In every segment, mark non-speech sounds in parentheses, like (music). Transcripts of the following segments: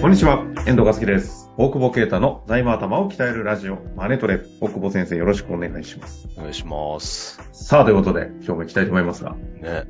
こんにちは、遠藤和樹です。大久保啓太の財務頭を鍛えるラジオ、マネトレ。大久保先生、よろしくお願いします。お願いします。さあ、ということで、今日も行きたいと思いますが、ね。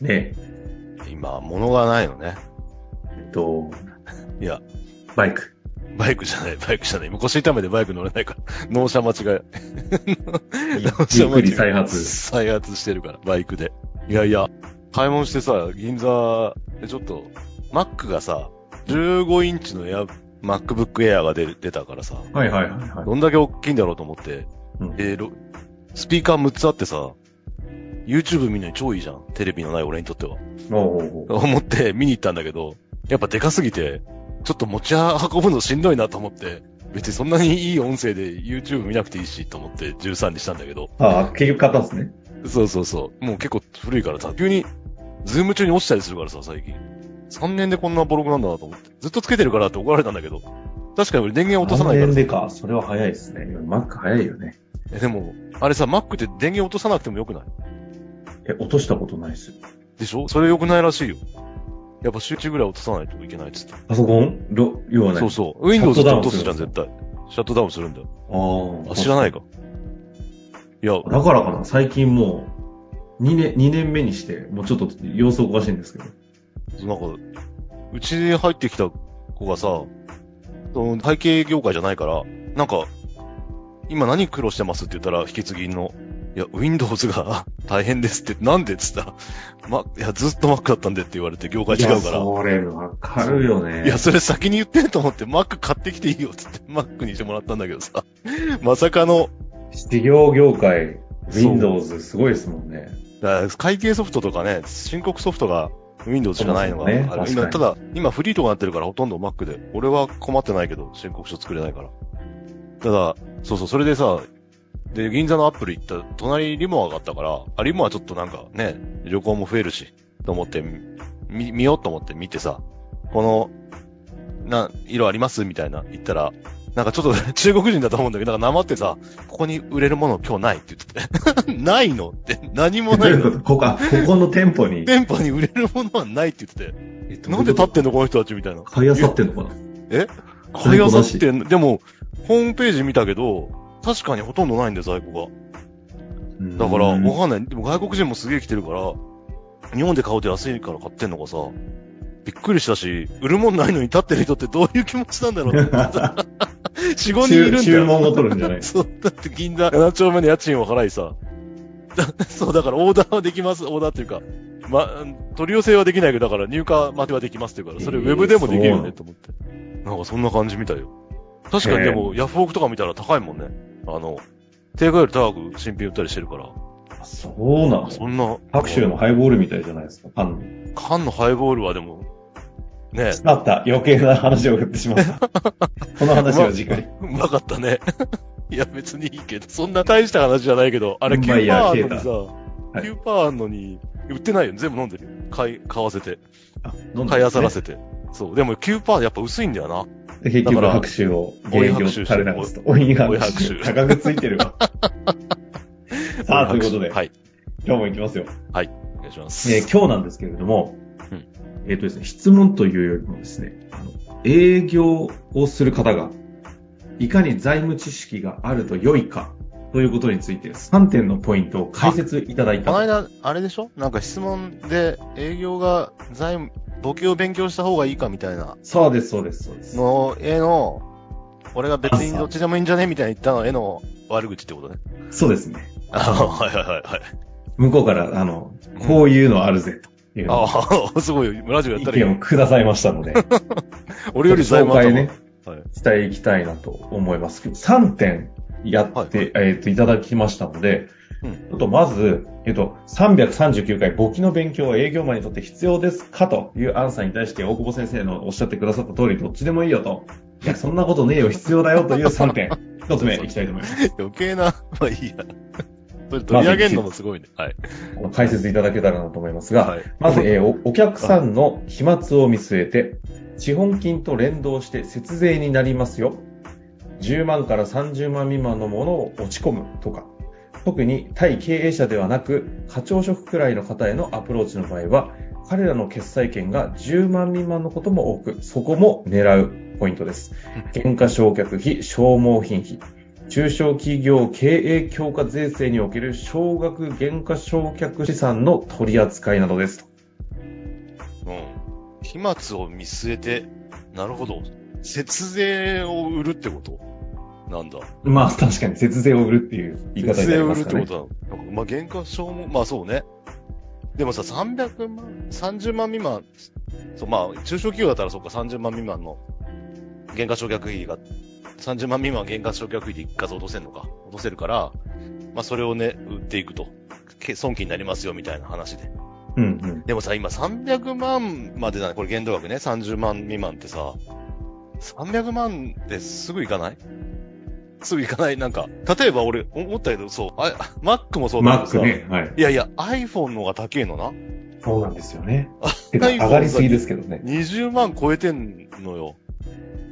ね今、物がないのね。え、えっと、いや、バイク。バイクじゃない、バイクじゃない。今腰痛めてバイク乗れないから。 (laughs) 納車間違え。納ゆっくり再え。発。再発してるから、バイクで。いやいや、買い物してさ、銀座、でちょっと、マックがさ、15インチのエア、MacBook Air が出る出たからさ、はいはいはいはい。どんだけ大きいんだろうと思って、うんえーろスピーカー6つあってさ、YouTube 見るのに超いいじゃん。テレビのない俺にとっては。おうおうおう思って見に行ったんだけど、やっぱでかすぎて、ちょっと持ち運ぶのしんどいなと思って、別にそんなにいい音声で YouTube 見なくていいしと思って13にしたんだけど、ああ、結局買ったんですね。そうそうそう、もう結構古いからさ、急に、ズーム中に落ちたりするからさ、最近。3年でこんなボロクなんだなと思って。ずっとつけてるからって怒られたんだけど、確かに俺電源落とさないから何さ年でか。それは早いですね。今マック早いよね。えでも、あれさ、Mac って電源落とさなくてもよくないえ、落としたことないです。でしょそれ良くないらしいよ。やっぱ集中ぐらい落とさないといけないっつって。パソコンろ要はね。そうそう。Windows シャットダウ落ンとすじゃん、するん絶対。シャットダウンするんだよ。ああ、あ。知らないか。いや、だからかな、最近もう、2年、2年目にして、もうちょっと様子おかしいんですけど。なんか、うちに入ってきた子がさ、その会計業界じゃないから、なんか、今何苦労してますって言ったら、引き継ぎの、いや、Windows が (laughs) 大変ですって、なんでっつったら、ま、いや、ずっと Mac だったんでって言われて、業界違うから。いやそれわかるよね。いや、それ先に言ってんと思って、Mac 買ってきていいよって言って、Mac にしてもらったんだけどさ。まさかの、事業業界、そう Windows すごいですもんね。だから会計ソフトとかね、申告ソフトが Windows じゃないのがあるそうですね今、確たかだ、今フリーとかなってるからほとんど Mac で。俺は困ってないけど、申告書作れないから。ただ、そうそう、それでさ、で、銀座のアップル行った、隣にリモアがあったから、あ、リモアちょっとなんかね、旅行も増えるし、と思って、み見ようと思って見てさ、この、な、色ありますみたいな言ったら、なんかちょっと (laughs) 中国人だと思うんだけど、なんか生ってさ、ここに売れるもの今日ないって言ってて、 (laughs) ないのって、何もどなういいうのこと (laughs) ここ、あここの店舗に。電波に売れるものはないって言って、えってなんで立ってんのこの人たちみたいな。買いあさってんのかなえ買買いいああささっ。っててんのでも、ホームページ見たけど、確かにほとんどないんだよ、在庫が。だから、うわんかんない。でも外国人もすげえ来てるから、日本で買うと安いから買ってんのかさ、びっくりしたし、売るもんないのに立ってる人ってどういう気持ちなんだろうって思ってさ。4、5人いるんだ (laughs) 注よ。注文を取るんじゃないそう、だって銀座7丁目の家賃を払いさ。だそう、だからオーダーはできます、オーダーっていうか。ま、取り寄せはできないけど、だから入荷待てはできますっていうから、それえウーェブでもできそるうよなのねと思って。なんかそんな感じみたいよ。確かにでも、ヤフオクとか見たら高いもんね。あの、定価より高く新品売ったりしてるから。あそうなの (laughs) そんな。白州のハイボールみたいじゃないですか。あの、缶のハイボールはでも、ねあった。余計な話を振ってしま (laughs) った。この話は次回。うまかったね。 (laughs) いや、別にいいけど、そんな大した話じゃないけど、あれう9%まいやあるのに消たさ、はい9%あるのに、売ってないよ。全部飲んでるよ。買い、買わせて。あ飲んで買いあさらねせて。そう。でも9%やっぱ薄いんだよな。結だ局から拍手を、追い現拍役を手垂れ流すと。おい追い拍拍手。手高くついてる (laughs) わ。さあ、ということで、はい。今日も行きますよ。お願いしまえーす。今日なんですけれども、うんえっ、とですね、質問というよりもですね、あの営業をする方が、いかに財務知識があると良いか、ということについて3点のポイントを解説いただいこのた。間、あれでしょなんか質問で、営業が財務、簿記を勉強した方がいいかみたいなそうです、そうです、そうです。の、絵の、俺が別にどっちでもいいんじゃねみたいな言ったの、絵の悪口ってことね。そうですね。ああ、 (laughs) はいはいはいはい。向こうから、あの、こういうのあるぜ、というのをああ、すごいよ。ラジオやっ意たらいい見よ。をくださいましたので、俺より財務紹介頭。ね、はい。していきたいなと思います。3点やって、はいえっ、と、いただきましたので、うんちょっとまず、えっ、と、339回簿記の勉強は営業マンにとって必要ですかというアンサーに対して大久保先生のおっしゃってくださった通り、どっちでもいいよと。いや、そんなことねえよ、必要だよという3点。1つ目いきたいと思います。余計な、 (laughs) まあいいや。それ取り上げるのもすごいね。はい。あの解説いただけたらなと思いますが、はい。まず、えーおお客さんの飛沫を見据えて、資本金と連動して節税になりますよ。10万から30万未満のものを落ち込むとか、特に対経営者ではなく、課長職くらいの方へのアプローチの場合は、彼らの決済権が10万未満のことも多く、そこも狙うポイントです。減価償却費、消耗品費。中小企業経営強化税制における少額減価償却資産の取り扱いなどですと。うん。飛沫を見据えて、なるほど。節税を売るってことなんだ。まあ確かに節税を売るっていう言い方節にな税りを売まるすっかてね。ことなの。なんかまあ、減価償も、まあそうね。でもさ、300万、30万未満、そう、まあ、中小企業だったらそっか、30万未満の減価償却費が、30万未満減価償却費で一括落とせるのか、落とせるから、まあそれをね、売っていくと。け損金になりますよ、みたいな話で。うんうん。でもさ、今300万までだね。これ限度額ね。30万未満ってさ、300万ですぐいかないすぐいかない。なんか、例えば俺、お思ったけど、そう、あ、Mac もそうだマけッどさ、クね。はい。いやいや、iPhone の方が高えのな。そうなんですよね。てか iPhone 上がりすぎですけどね。 20万超えてんのよ。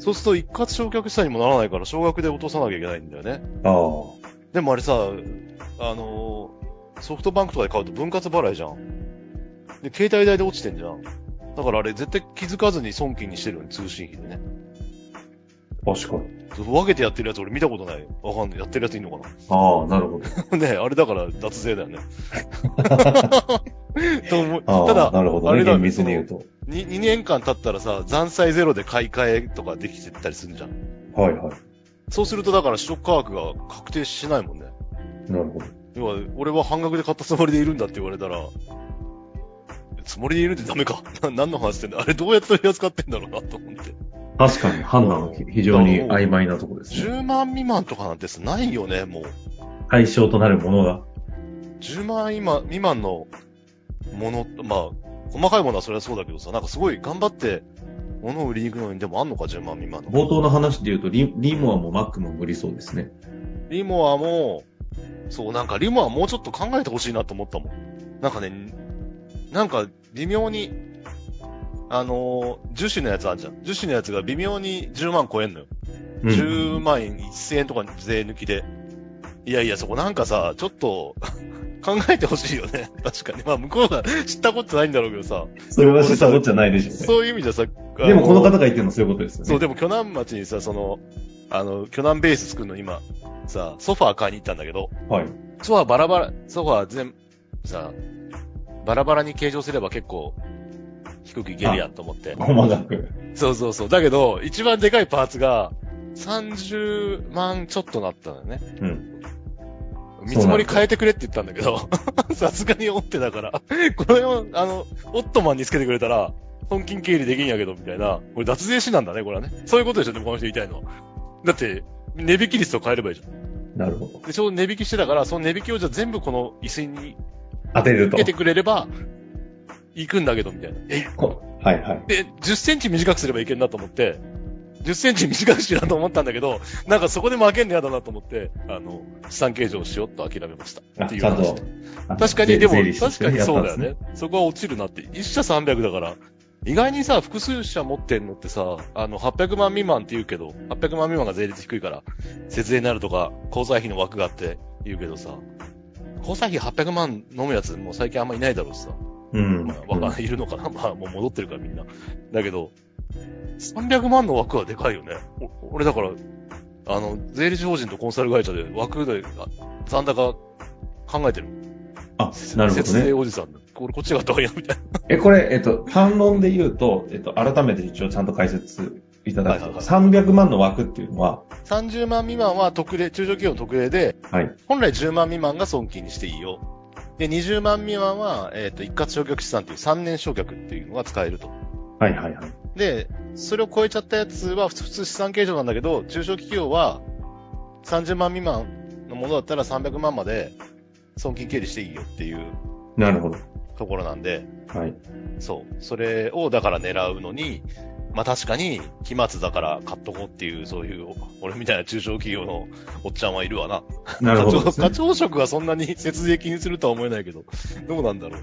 そうすると一括償却したにもならないから、少額で落とさなきゃいけないんだよね。ああ。でもあれさ、あのーソフトバンクとかで買うと分割払いじゃん。で、携帯代で落ちてんじゃん。だからあれ絶対気づかずに損金にしてるよね、通信費でね。確かに。そう分けてやってるやつ俺見たことないよ。わかんない。やってるやついんのかああ、なるほど。な (laughs) ねえあれだから脱税だよね。 (laughs) と思うああ、ただ、なるほどあね。れだ厳密に言うと。 2, 2年間経ったらさ、残債ゼロで買い替えとかできてたりするじゃん。はいはい。そうするとだから取得価格が確定しないもんね。なるほど。要は、俺は半額で買ったつもりでいるんだって言われたら、つもりでいるってダメか。 (laughs) な何の話してんだあれどうやって取り扱ってんだろうなと思って。確かに判断は非常に曖昧なとこですね。 10万未満とかなんてさ、ないよね、もう。対象となるものが。 10万今未満のもの、まあ、細かいものはそれはそうだけどさ、なんかすごい頑張って物を売りに行くのにでもあんのか、10万未満の。冒頭の話で言うと、リリモアもマックも無理そうですね。リモアも、そう、なんかリモアもうちょっと考えてほしいなと思ったもん。なんかね、なんか微妙に、あのー、樹脂のやつあるじゃん。樹脂のやつが微妙に10万超えんのよ。うん10万円1000円とか税抜きで。いやいや、そこなんかさ、ちょっと、 (laughs) 考えてほしいよね。 (laughs) 確かに。まあ、向こうが知ったことないんだろうけどさ、それは知ったことじゃないでしょうね。そういう意味じゃさ、でもこのあ方が言ってるのはそういうことですよね。そう、でも、巨南町にさ、その、あの、巨南ベース作るの今、さ、ソファー買いに行ったんだけど、はい。ソファーバラバラ、ソファー全、さ、バラバラに計上すれば結構、低くいけるやんと思って。細かく。そうそうそう。だけど、一番でかいパーツが、30万ちょっとなったのよね。うん。見積もり変えてくれって言ったんだけど、さすがにオッテだから、これを、あの、オットマンにつけてくれたら、本金経理できんやけど、みたいな。これ脱税しなんだね、これはね。そういうことでしょ、でもこの人言いたいのは。だって、値引き率を変えればいいじゃん。なるほど。で、ちょうど値引きしてたから、その値引きをじゃあ全部この椅子に当てるつとけ。てくれれば、行くんだけど、みたいな。えこはいはい。で、10センチ短くすればいけんなと思って、10センチ短くしようと思ったんだけど、なんかそこで負けんのやだなと思って、あの、資産計上しようと諦めました。あっていうちゃん話とで。。あ確かに、ぜでも税理、士とし確てねかにそうだよやね。そこは落ちるなって。一社300だから、意外にさ、複数社持ってんのってさ、あの、800万未満って言うけど、800万未満が税率低いから、節税になるとか、交際費の枠があって言うけどさ、交際費800万飲むやつ、もう最近あんまいないだろうしさ。ったんまですあね。うわん。かんない、いるのかな (laughs) まあ、もう戻ってるからみんな。だけど、300万の枠はでかいよね。お俺だから、あの、税理士法人とコンサル会社で枠で、あ残高考えてる。あ、なるほど節税ね。おじさんだ。これこっちがどうやみた (laughs) いえ、これ、えっと、反論で言うと、えっと、改めて一応ちゃんと解説いただくはいと、はい300万の枠っていうのは、な。30万未満は特例、中小企業の特例で、はい。本来10万未満が損金にしていいよ。で、20万未満は、えっ、と、一括償却資産っていう3年償却っていうのが使えると。はいはいはい。で、それを超えちゃったやつは普通普通資産計上なんだけど、中小企業は30万未満のものだったら300万まで損金経理していいよっていうなるほど。ところなんで、はい。そう。それをだから狙うのに、まあ確かに、期末だから買っとこうっていう、そういう、俺みたいな中小企業のおっちゃんはいるわな。なる課ほど長、ですね課。長 (laughs) 職はそんなに節税気にするとは思えないけど、どうなんだろ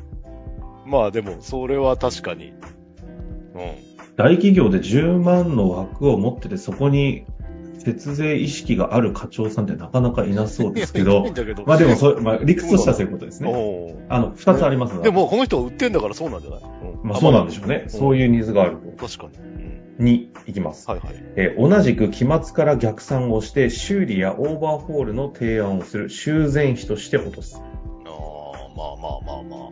う。まあでも、それは確かに、うん。大企業で10万の枠を持ってて、そこに節税意識がある課長さんってなかなかいなそうですけいやいなど (laughs) いん、だけど。まあでもそう、まあ理屈としてはそういうことですね。おーあの、二つありますが。でも、この人は売ってんだからそうなんじゃないんまあそうなんでしょうね。そういうニーズがあると。確かに。うんに、いきます。はいはい。えー同じく期末から逆算をして、修理やオーバーホールの提案をする、修繕費として落とす。ああ、まあまあまあまあ。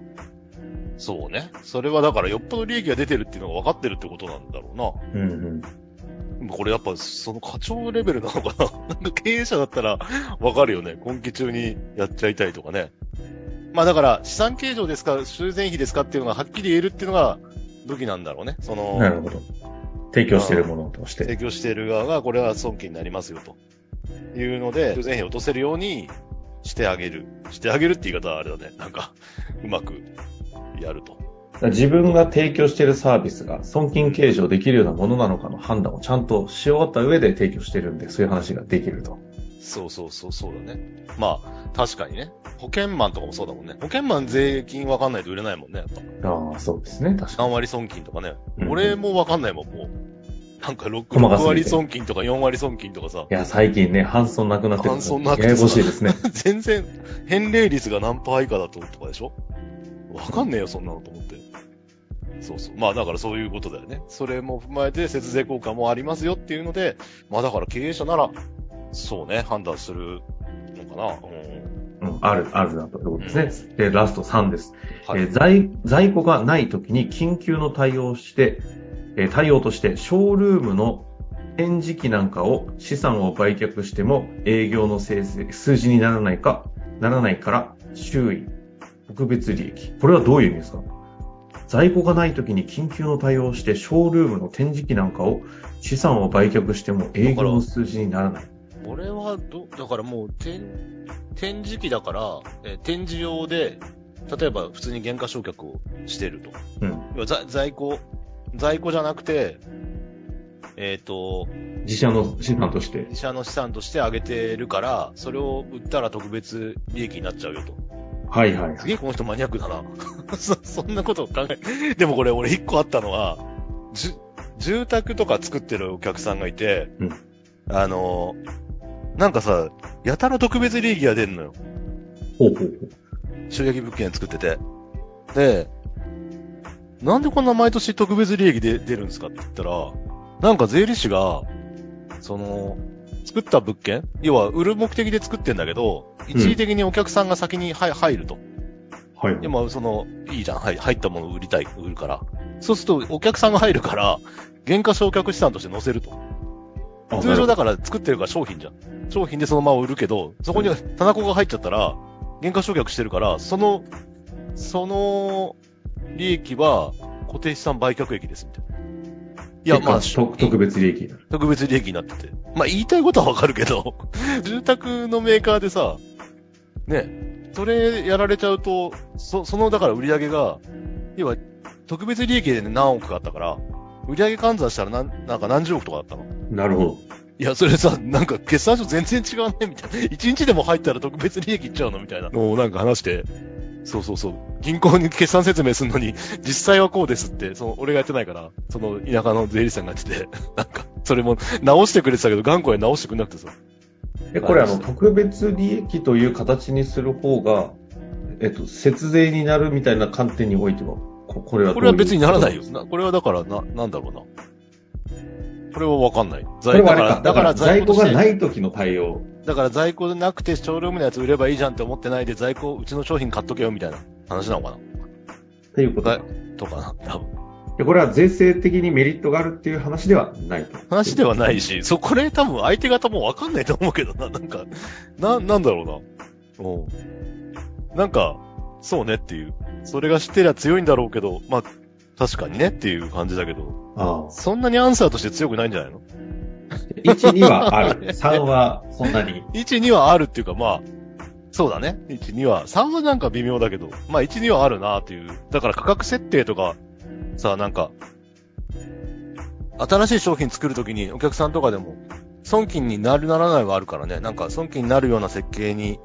そうね。それはだから、よっぽど利益が出てるっていうのが分かってるってことなんだろうな。うんうん。でもこれやっぱ、その課長レベルなのかな (laughs) なんか経営者だったら分かるよね。今期中にやっちゃいたいとかね。まあだから、資産形状ですか、修繕費ですかっていうのがはっきり言えるっていうのが武器なんだろうね。その、なるほど。提供しているものとして。提供している側が、これは損金になりますよ、というので、修繕費を落とせるようにしてあげる。してあげるって言い方はあれだね。なんか、うまくやると。だから自分が提供しているサービスが、損金計上できるようなものなのかの判断をちゃんとし終わった上で提供してるんで、そういう話ができると。そうそうそう、そうだね。まあ、確かにね。保険マンとかもそうだもんね。保険マン税金わかんないと売れないもんね、やっぱ。ああ、そうですね。確か何割損金とかね。に。俺うんうんいもわかんないもん、もう。なんか 6, 細かすぎて割損金とか4割損金とかさ。や、最近ね、半損なくなってる半損なくてややこしいですね。 (laughs) 全然、返礼率が何パー以下だととかでしょわかんねえよ、そんなのと思って。そうそう。まあだからそういうことだよね。それも踏まえて節税効果もありますよっていうので、まあだから経営者なら、そうね、判断するのかな。うん。うん、ある、あるなということですね。で、ラスト3です。はい。えー在在庫がない時に緊急の対応をして、えー対応として、ショールームの展示機なんかを資産を売却しても営業の成績数字にならないか、ならないから、周囲、特別利益。これはどういう意味ですか在庫がない時に緊急の対応をして、ショールームの展示機なんかを資産を売却しても営業の数字にならない。俺はど、だからもう、展、展示機だから、えー展示用で、例えば普通に原価償却をしてると。うん。要は在在庫、在庫じゃなくて、えっ、と、自社の資産として。自社の資産として上げてるから、それを売ったら特別利益になっちゃうよと。はいはいはい。すげえこの人マニアックだな。 (laughs) そそんなことを考え、でもこれ俺一個あったのは、じゅ住宅とか作ってるお客さんがいて、うんあの、なんかさ、やたら特別利益が出るのよ。ほうほうほう。収益物件作ってて。で、なんでこんな毎年特別利益で出るんですかって言ったら、なんか税理士が、その、作った物件要は、売る目的で作ってんだけど、一時的にお客さんが先に入入ると。はい。でも、その、いいじゃん。はい。入ったものを売りたい、売るから。そうすると、お客さんが入るから、原価償却資産として載せると。あ通常だから作ってるから商品じゃん。商品でそのまま売るけど、そこにタナコが入っちゃったら、原価償却してるから、その、その利益は固定資産売却益です、みたいな。いや、まあ、結果と特別利益になる。特別利益になってて。まあ、言いたいことはわかるけど、 (laughs) 住宅のメーカーでさ、ね、それやられちゃうと、そ、その、だから売り上げが、要は、特別利益で何億かあったから、売り上げ換算したらなん、なんか何十億とかだったの。なるほど。いや、それさ、なんか決算書全然違うね、みたいな。一日でも入ったら特別利益いっちゃうのみたいな。のをなんか話して、そうそうそう。銀行に決算説明するのに、実際はこうですって、その、俺がやってないから、その、田舎の税理士さんがやってて、 (laughs) なんか、それも、直してくれてたけど、頑固に直してくれなくてさ。え、これあの、特別利益という形にする方が、えっと、節税になるみたいな観点においては、ここれはどこううれは別にならないよ。。なこれはだから、な、なんだろうな。これはわかんない。これはあれだか。らだから在庫としがてない時の対応。だから在庫でなくて、ショールームのやつ売ればいいじゃんって思ってないで、在庫、うちの商品買っとけよ、みたいな話なのかっていうことはだい。なとかな、多分。で、これは税制的にメリットがあるっていう話ではないと。話ではないし、そう、これ多分相手方もわかんないと思うけどな、なんか、な、なんだろうな。うん。なんか、そうねっていう。それが知ってりゃ強いんだろうけど、まあ、確かにねっていう感じだけど、ああ。そんなにアンサーとして強くないんじゃないの1、2はある。3はそんなに。 ?1、2はあるっていうか、まあ、そうだね。1、2は、3はなんか微妙だけど、まあ1、2はあるなっていう。だから価格設定とか、さ、なんか、新しい商品作るときにお客さんとかでも、損金になるならないはあるからね。なんか損金になるような設計に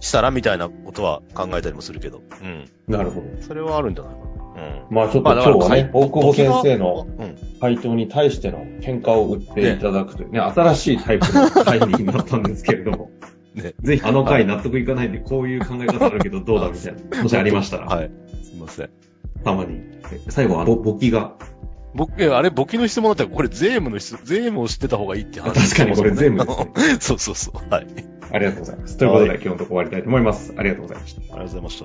したらみたいなことは考えたりもするけど。うん。なるほど。それはあるんじゃないかな。うん。まあちょっまとあだ今から日はね、大久保先生のうん。、回答に対しての喧嘩を売っていただくというね、新しいタイプの会になったんですけれど (laughs) もねぜひあの回納得いかないんで、こういう考え方あるけどどうだみた (laughs) いな、もしありましたら、はい。すいません。たまに。え最後は、ぼ簿記が。僕、えあれ、簿記の質問だったら、これ税務の質、税務を知ってた方がいいって話。確かにこれ全部ですね。 (laughs) そうそうそう。はい。ありありがとうございます。ということで、はい今日のところ終わりたいと思います。ありがとうございました。がとうございました。